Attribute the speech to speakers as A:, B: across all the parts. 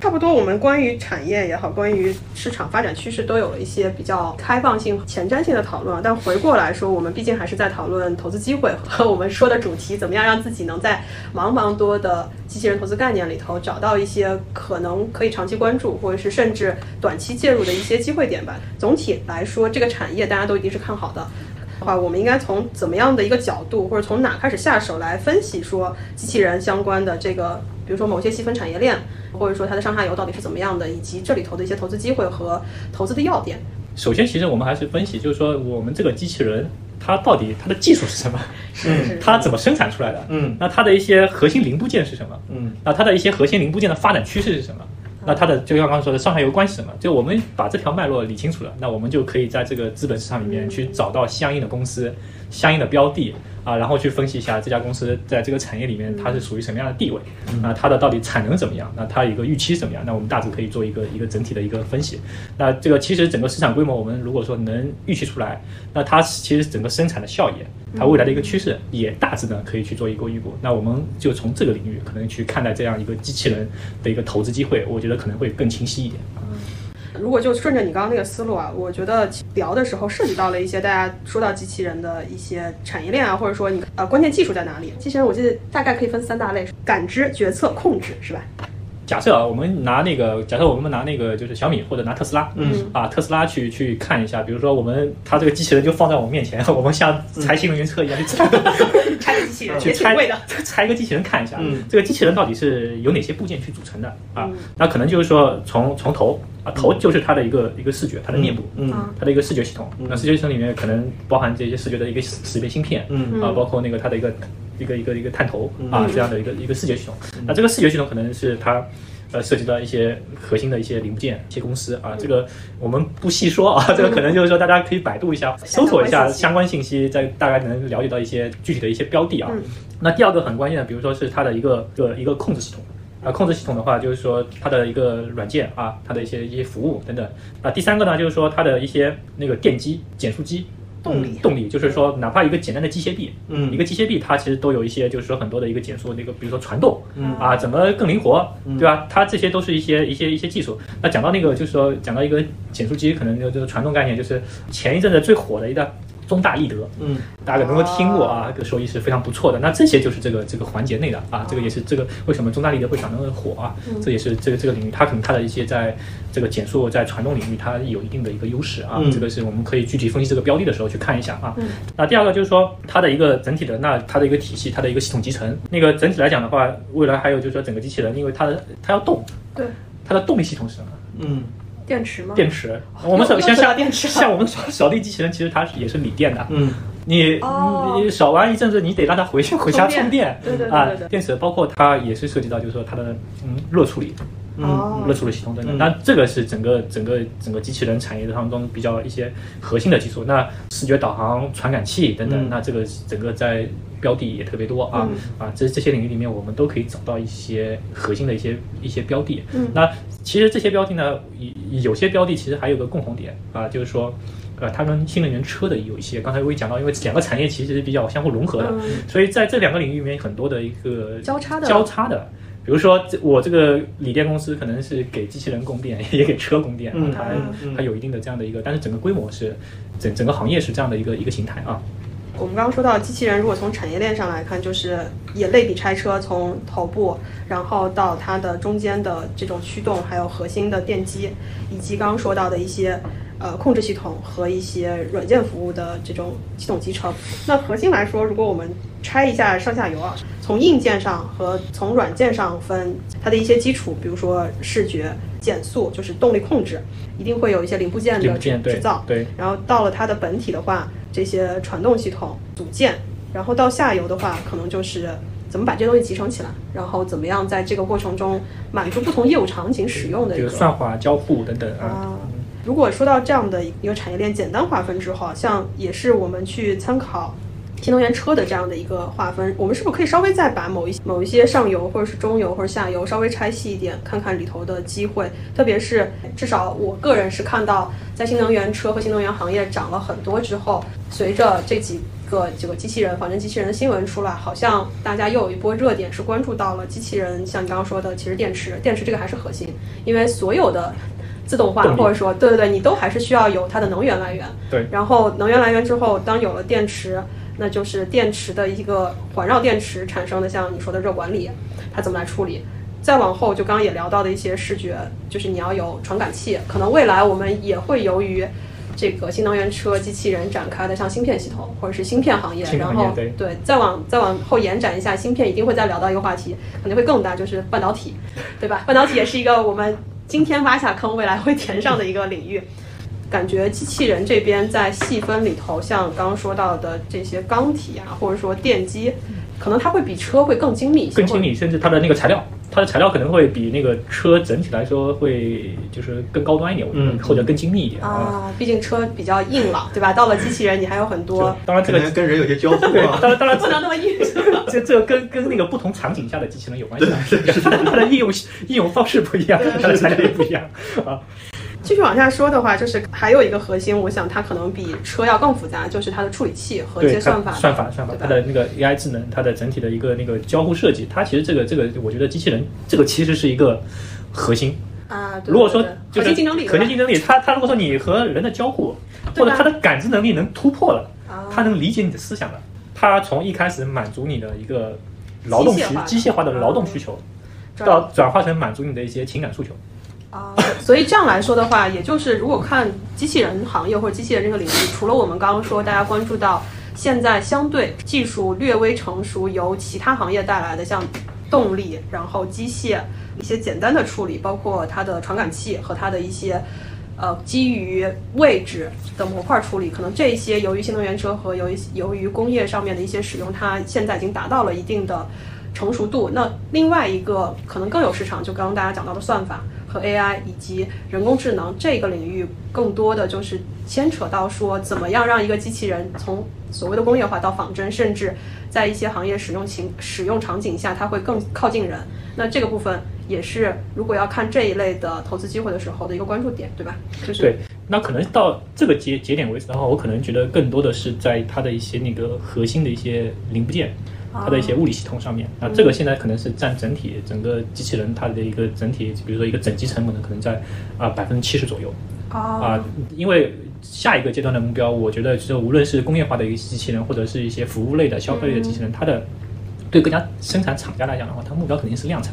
A: 差不多，我们关于产业也好，关于市场发展趋势都有了一些比较开放性、前瞻性的讨论。但回过来说，我们毕竟还是在讨论投资机会和我们说的主题，怎么样让自己能在茫茫多的机器人投资概念里头找到一些可能可以长期关注，或者是甚至短期介入的一些机会点吧。总体来说，这个产业大家都一定是看好的。的话，我们应该从怎么样的一个角度，或者从哪开始下手来分析说机器人相关的这个，比如说某些细分产业链，或者说它的上下游到底是怎么样的，以及这里头的一些投资机会和投资的要点。
B: 首先，其实我们还是分析，就是说我们这个机器人它到底它的技术是什么，
A: 是是
B: 它怎么生产出来的，
C: 嗯
B: 那它的一些核心零部件是什么，
C: 嗯
B: 那它的一些核心零部件的发展趋势是什么？那它的就像刚刚说的上下游关系是什么？就我们把这条脉络理清楚了，那我们就可以在这个资本市场里面去找到相应的公司、相应的标的啊，然后去分析一下这家公司在这个产业里面它是属于什么样的地位，那它的到底产能怎么样？那它一个预期怎么样？那我们大致可以做一个一个整体的一个分析。那这个其实整个市场规模，我们如果说能预期出来，那它其实整个生产的效益，它未来的一个趋势也大致呢可以去做一个预估。那我们就从这个领域可能去看待这样一个机器人的一个投资机会，我觉得可能会更清晰一点。
A: 如果就顺着你刚刚那个思路啊，我觉得聊的时候涉及到了一些大家说到机器人的一些产业链啊，或者说你呃关键技术在哪里？机器人我记得大概可以分三大类：感知、决策、控制，是吧？
B: 假设啊，我们拿那个，假设我们拿那个就是小米或者拿特斯拉，
C: 嗯
B: 啊，特斯拉去去看一下，比如说我们它这个机器人就放在我们面前，我 们像拆新能源车一样去拆，
A: 拆机器人
B: 嗯去
A: 也挺
B: 拆
A: 贵的。
B: 拆一个机器人看一下，
C: 嗯
B: 这个机器人到底是由哪些部件去组成的啊？
A: 嗯
B: 那可能就是说从从头啊，头就是它的一个一个视觉，它的面部，
C: 嗯
A: 啊，
B: 它的一个视觉系统。那识觉系统里面可能包含这些视觉的一个识别芯片，
C: 嗯
B: 啊，
A: 嗯
B: 包括那个它的一个一个一个一个探头啊
C: 嗯
B: 这样的一个一个视觉系统。那这个视觉系统可能是它。呃，涉及到一些核心的一些零部件、一些公司啊，这个我们不细说啊， 这个可能就是说大家可以百度一下，搜索一下相关信息，再大概能了解到一些具体的一些标的啊。
A: 嗯
B: 那第二个很关键的，比如说是它的一个一个一个控制系统。啊，控制系统的话，就是说它的一个软件啊，它的一些一些服务等等。啊，第三个呢，就是说它的一些那个电机、减速机、嗯
A: 动力
B: 动力，就是说哪怕一个简单的机械臂，
C: 嗯
B: 一个机械臂它其实都有一些，就是说很多的一个减速，那个比如说传动，
C: 嗯
B: 啊，怎么更灵活，
C: 嗯
B: 对吧？它这些都是一些一些一些技术。那讲到那个，就是说讲到一个减速机，可能就就是传动概念，就是前一阵子最火的一代中大力德，
C: 嗯
B: 大家可能都听过
A: 哦
B: 啊，这个收益是非常不错的。那这些就是这个这个环节内的啊，这个也是这个为什么中大力德会产生火啊，
A: 嗯
B: 这也是这个这个领域它可能它的一些在这个减速在传动领域它有一定的一个优势啊，
C: 嗯
B: 这个是我们可以具体分析这个标的的时候去看一下
A: 嗯
B: 啊。那第二个就是说它的一个整体的那它的一个体系，它的一个系统集成，那个整体来讲的话，未来还有就是说整个机器人，因为它的它要动，
A: 对，
B: 它的动力系统是什么？
C: 嗯
A: 电池吗？
B: 电池。我们首
A: 又
B: 先
A: 又哦说到
B: 像
A: 电池了啊
B: 像我们扫扫地机器人，其实它是也是锂电的，
C: 嗯
B: 你、
A: 哦
B: 你少玩一阵子，你得让它回去回家充电。
A: 对对
B: 啊
A: 对对，对。
B: 电池包括它也是涉及到，就是说它的嗯热处理、
C: 嗯
A: 哦
B: 热处理系统等等。
C: 嗯
B: 那这个是整个整个整个机器人产业当中比较一些核心的技术。那视觉导航、传感器等等，
C: 嗯
B: 那这个整个在标的也特别多啊、啊，这这些领域里面我们都可以找到一些核心的一些一些标的。
A: 嗯
B: 那其实这些标的呢，有有些标的其实还有个共同点啊，就是说。呃，它跟新能源车的有一些，刚才我也讲到，因为两个产业其实是比较相互融合的，
A: 嗯
B: 所以在这两个领域里面，很多的一个
A: 交叉的
B: 交叉的。比如说，这我这个锂电公司可能是给机器人供电， 也给车供电，啊
C: 嗯
B: 它
C: 嗯
B: 它有一定的这样的一个，但是整个规模是整整个行业是这样的一个一个形态啊。
A: 我们刚刚说到机器人，如果从产业链上来看，就是也类比拆车，从头部，然后到它的中间的这种驱动，还有核心的电机，以及刚刚说到的一些呃控制系统和一些软件服务的这种系统集成。那核心来说，如果我们拆一下上下游啊，从硬件上和从软件上分它的一些基础，比如说视觉、减速，就是动力控制，一定会有一些零部件
B: 零
A: 的
B: 部件对
A: 制造，
B: 对
A: 然后到了它的本体的话，这些传动系统组件，然后到下游的话，可能就是怎么把这东西集成起来，然后怎么样在这个过程中满足不同业务场景使用的
B: 这
A: 一
B: 个
A: 个
B: 算法、交互等等啊。
A: 啊。如果说到这样的一个产业链简单划分之后，像也是我们去参考新能源车的这样的一个划分，我们是不是可以稍微再把某一某一些上游或者是中游或者下游稍微拆细一点，看看里头的机会？特别是至少我个人是看到，在新能源车和新能源行业涨了很多之后，随着这几个这个机器人、仿真机器人的新闻出来，好像大家又有一波热点是关注到了机器人，像你刚刚说的，其实电池，电池这个还是核心，因为所有的自动化
B: 动力
A: 或者说对对对，你都还是需要有它的能源来源。
B: 对
A: 然后能源来源之后，当有了电池，那就是电池的一个环绕电池产生的，像你说的热管理，它怎么来处理？再往后，就刚刚也聊到的一些视觉，就是你要有传感器，可能未来我们也会由于这个新能源车、机器人展开的，像芯片系统或者是芯片行业，
B: 芯片
A: 然
B: 行业
A: 后
B: 对
A: 对，再往再往后延展一下，芯片一定会再聊到一个话题，肯定会更大，就是半导体，对吧？半导体也是一个我们今天挖下坑，未来会填上的一个领域。感觉机器人这边在细分里头，像刚刚说到的这些钢体啊，或者说电机，可能它会比车会更精密一些，
B: 更精密，甚至它的那个材料，它的材料可能会比那个车整体来说会就是更高端一点，我觉得
C: 嗯
B: 或者更精密一点。
A: 啊，毕竟车比较硬朗，对吧？到了机器人，你还有很
B: 嗯就
A: 多，呃
B: 当然这
C: 可
B: 个
C: 能跟人有些交互
B: 对，
C: 啊。
B: 当然当然
A: 不能那么硬。
B: 这这个跟跟那个不同场景下的机器人有关系啊，它的 它的应用应用方式不一样， 它的材料也不一样啊。
A: 继续往下说的话，就是还有一个核心，我想它可能比车要更复杂，就是它的处理器和一
B: 对，
A: 些
B: 它
A: 算法吧。
B: 算法算法，
A: 对吧
B: 它的那个 AI 智能，它的整体的一个那个交互设计，它其实这个这个，我觉得机器人这个其实是一个核心。
A: 啊，对
B: 如果说
A: 对对
B: 就
A: 核
B: 是
A: 心竞争力，
B: 核心竞争力，它它如果说你和人的交互，
A: 对
B: 或
A: 吧哦
B: 者它的感知能力能突破了，
A: 它
B: 它能理解你的思想了，它从一开始满足你的一个劳动需
A: 机械化的嗯
B: 机械化的劳动需求，到转化成满足你的一些情感诉求。
A: 啊， 所以这样来说的话，也就是如果看机器人行业或者机器人这个领域，除了我们刚刚说大家关注到现在相对技术略微成熟，由其他行业带来的像动力，然后机械一些简单的处理，包括它的传感器和它的一些。呃，基于位置的模块处理，可能这一些由于新能源车和由于由于工业上面的一些使用，它现在已经达到了一定的成熟度。那另外一个可能更有市场，就刚刚大家讲到的算法和 AI 以及人工智能这个领域，更多的就是牵扯到说怎么样让一个机器人从所谓的工业化到仿真，甚至在一些行业使用情使用场景下，它会更靠近人。那这个部分也是如果要看这一类的投资机会的时候的一个关注点，对吧？就是
B: 对，那可能到这个节节点为止的话，我可能觉得更多的是在它的一些那个核心的一些零部件，它的一些物理系统上面。那这个现在可能是占整体整个机器人它的一个整体，比如说一个整机成本呢，可能在啊百分之七十左右。
A: 啊
B: 啊，因为下一个阶段的目标，我觉得就无论是工业化的一个机器人，或者是一些服务类的消费类的机器人，它的对各家生产厂家来讲的话，它目标肯定是量产。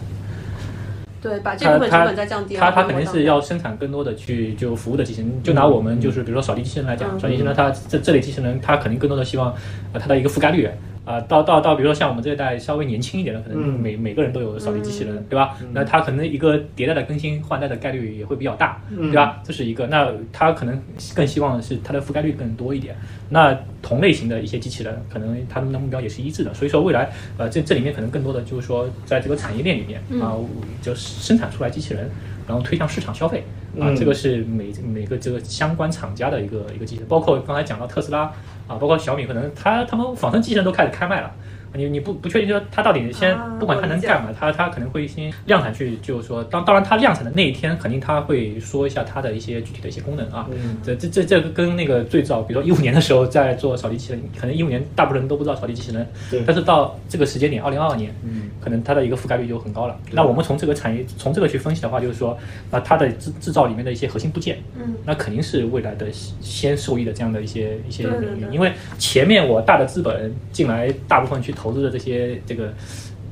A: 对，把这
B: 它
A: 部分成
B: 它
A: 本再降低，
B: 它它
A: 然后
B: 肯定是要生产更多的去就服务的机器人。就拿我们就是比如说扫地机器人来讲，
A: 嗯
B: 扫地机器人它这这类机器人，它肯定更多的希望呃它的一个覆盖率啊、到到到比如说像我们这一代稍微年轻一点的，可能
C: 嗯
B: 每、每个人都有扫地机器人，
A: 嗯
B: 对吧？
C: 嗯
B: 那它可能一个迭代的更新换代的概率也会比较大，
C: 嗯
B: 对吧？这是一个。那它可能更希望是它的覆盖率更多一点。那同类型的一些机器人，可能他们的目标也是一致的。所以说未来呃这这里面可能更多的就是说在这个产业链里面
A: 嗯
B: 啊、就是生产出来机器人，然后推向市场消费。啊，
C: 嗯
B: 这个是每每个这个相关厂家的一个一个机器人，包括刚才讲到特斯拉啊，包括小米，可能它他们仿生机器人都开始开卖了。你你不不确定说它到底先
A: 啊
B: 不管
A: 我
B: 它
A: 理
B: 能
A: 解
B: 干嘛，它它可能会先量产去，就是说当当然它量产的那一天，肯定它会说一下它的一些具体的一些功能啊。
C: 嗯
B: 这这这这个跟那个最早，比如说一五年的时候在做扫地机器人，可能一五年大部分人都不知道扫地机器人
C: 对，
B: 但是到这个时间点，二零二二年，
C: 嗯
B: 可能它的一个覆盖率就很高了。那我们从这个产业，从这个去分析的话，就是说，那它的制制造里面的一些核心部件，
A: 嗯
B: 那肯定是未来的先受益的这样的一些一些
A: 对对
B: 领域
A: 对，
B: 因为前面我大的资本进来，大部分去投资的这些这个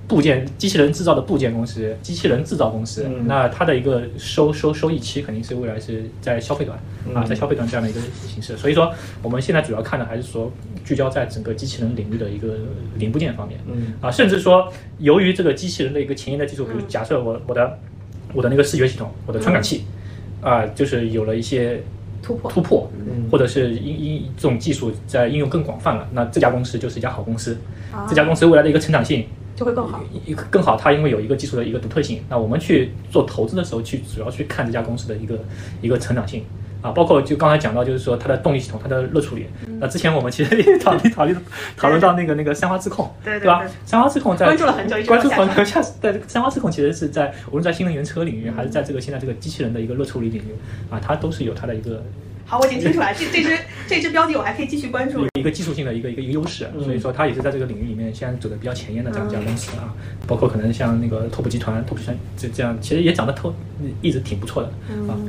B: 部件机器人制造的部件公司、机器人制造公司，
C: 嗯
B: 那它的一个收收收益期肯定是未来是在消费端、啊，
C: 嗯
B: 在消费端这样的一个形式。所以说，我们现在主要看的还是说聚焦在整个机器人领域的一个零部件方面。
C: 嗯
B: 啊，甚至说，由于这个机器人的一个前沿的技术，比如
A: 嗯
B: 假设我我的我的那个视觉系统，我的传感器，啊、就是有了一些
A: 嗯突破
B: 突破，
C: 嗯
B: 或者是应应这种技术在应用更广泛了，那这家公司就是一家好公司，
A: 啊
B: 这家公司未来的一个成长性
A: 就会更好。
B: 一个更好，它因为有一个技术的一个独特性。那我们去做投资的时候，去主要去看这家公司的一个一个成长性啊，包括就刚才讲到，就是说它的动力系统、它的热处理，
A: 嗯
B: 那之前我们其实也讨论 讨论讨论到那个那个三花自控，
A: 对对
B: 对吧
A: 对？
B: 三花自控在
A: 关注了很久一直
B: 关注
A: 往下
B: 很久。下在三花自控其实是在无论在新能源车领域，还是在这个现在这个机器人的一个热处理领域啊，它都是有它的一个
A: 好，我已经听出来，这这只这只标的我还可以继续关注。
B: 一个技术性的一个一个一个优势，
C: 嗯
B: 所以说它也是在这个领域里面现在走的比较前沿的这样一家公司啊，包括可能像那个拓普集团、拓普像这这样，其实也讲的透一直挺不错的啊。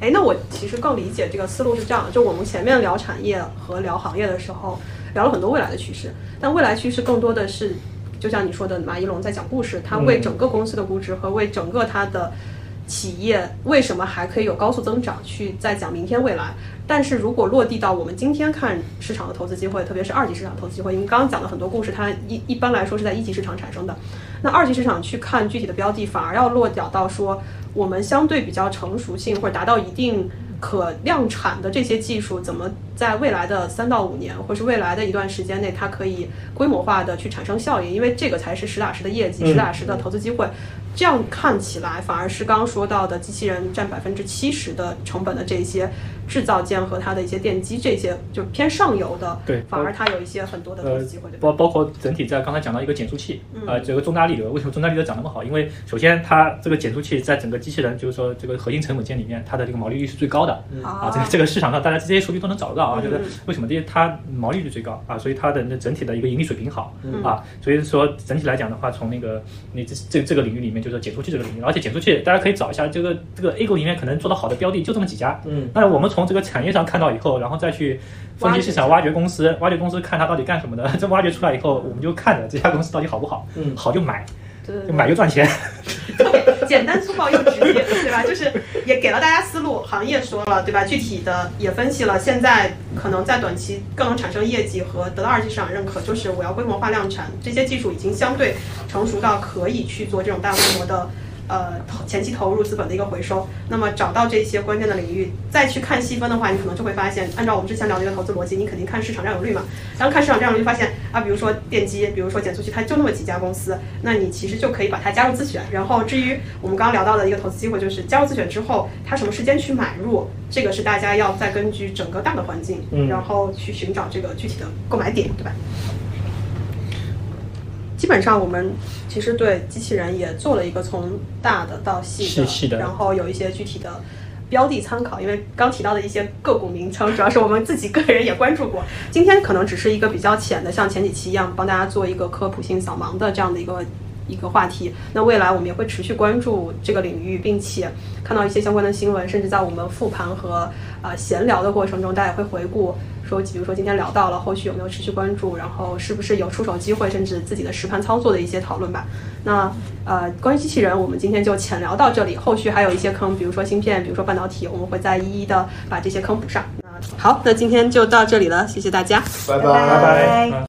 A: 哎，那我其实更理解这个思路是这样的：就我们前面聊产业和聊行业的时候，聊了很多未来的趋势，但未来趋势更多的是，就像你说的，马一龙在讲故事，他为
B: 嗯
A: 整个公司的估值和为整个他的企业为什么还可以有高速增长，去在讲明天未来。但是如果落地到我们今天看市场的投资机会，特别是二级市场投资机会，因为刚刚讲的很多故事，它一一般来说是在一级市场产生的。那二级市场去看具体的标的，反而要落脚到说我们相对比较成熟性或者达到一定可量产的这些技术，怎么在未来的三到五年，或是未来的一段时间内，它可以规模化的去产生效应，因为这个才是实打实的业绩、
B: 嗯
A: 实打实的投资机会。这样看起来，反而是刚刚说到的机器人占百分之七十的成本的这些制造件和它的一些电机这些，就偏上游的，
B: 对
A: 反而它有一些很多的投
B: 呃
A: 资机会，对，吧？
B: 包包括整体在刚才讲到一个减速器
A: 嗯，
B: 呃，这个重大力流，为什么重大力流涨那么好？因为首先它这个减速器在整个机器人，就是说这个核心成本件里面，它的这个毛利率是最高的，啊，这个这个市场上大家这些数据都能找得到
A: 嗯
B: 啊，就是为什么这些它毛利率最高啊，所以它的那整体的一个盈利水平好
A: 嗯
B: 啊，所以说整体来讲的话，从那个你这这这个领域里面，就是减速器这个领域，而且减速器大家可以找一下，这个这个 A 股里面可能做的好的标的就这么几家，
C: 嗯
B: 那我们从这个产业上看到以后，然后再去分析市场，挖掘公司，挖掘公司看它到底干什么的， 这挖掘出来以后，我们就看着这家公司到底好不好，
C: 嗯
B: 好就买，
A: 对对
B: 就买就赚钱，
A: 特别简单粗暴又直接，对吧？就是也给了大家思路，行业说了，对吧？具体的也分析了，现在可能在短期更能产生业绩和得到二级市场认可，就是我要规模化量产，这些技术已经相对成熟到可以去做这种大规模的。呃，投前期投入资本的一个回收，那么找到这些关键的领域，再去看细分的话，你可能就会发现，按照我们之前聊的一个投资逻辑，你肯定看市场占有率嘛，然后看市场占有率，发现啊，比如说电机，比如说减速器，它就那么几家公司，那你其实就可以把它加入自选。然后至于我们刚刚聊到的一个投资机会，就是加入自选之后，它什么时间去买入，这个是大家要再根据整个大的环境，
C: 嗯
A: 然后去寻找这个具体的购买点，对吧？基本上我们其实对机器人也做了一个从大的到细的，
B: 细细的
A: 然后有一些具体的标的参考，因为刚提到的一些个股名称，主要是我们自己个人也关注过。今天可能只是一个比较浅的，像前几期一样，帮大家做一个科普性扫盲的这样的一个一个话题。那未来我们也会持续关注这个领域，并且看到一些相关的新闻，甚至在我们复盘和呃闲聊的过程中，大家也会回顾。说，比如说今天聊到了，后续有没有持续关注，然后是不是有出手机会，甚至自己的实盘操作的一些讨论吧。那呃，关于机器人，我们今天就浅聊到这里，后续还有一些坑，比如说芯片，比如说半导体，我们会再一一的把这些坑补上。那好，那今天就到这里了，谢谢大家。
C: 拜
A: 拜
C: 拜
B: 拜拜。嗯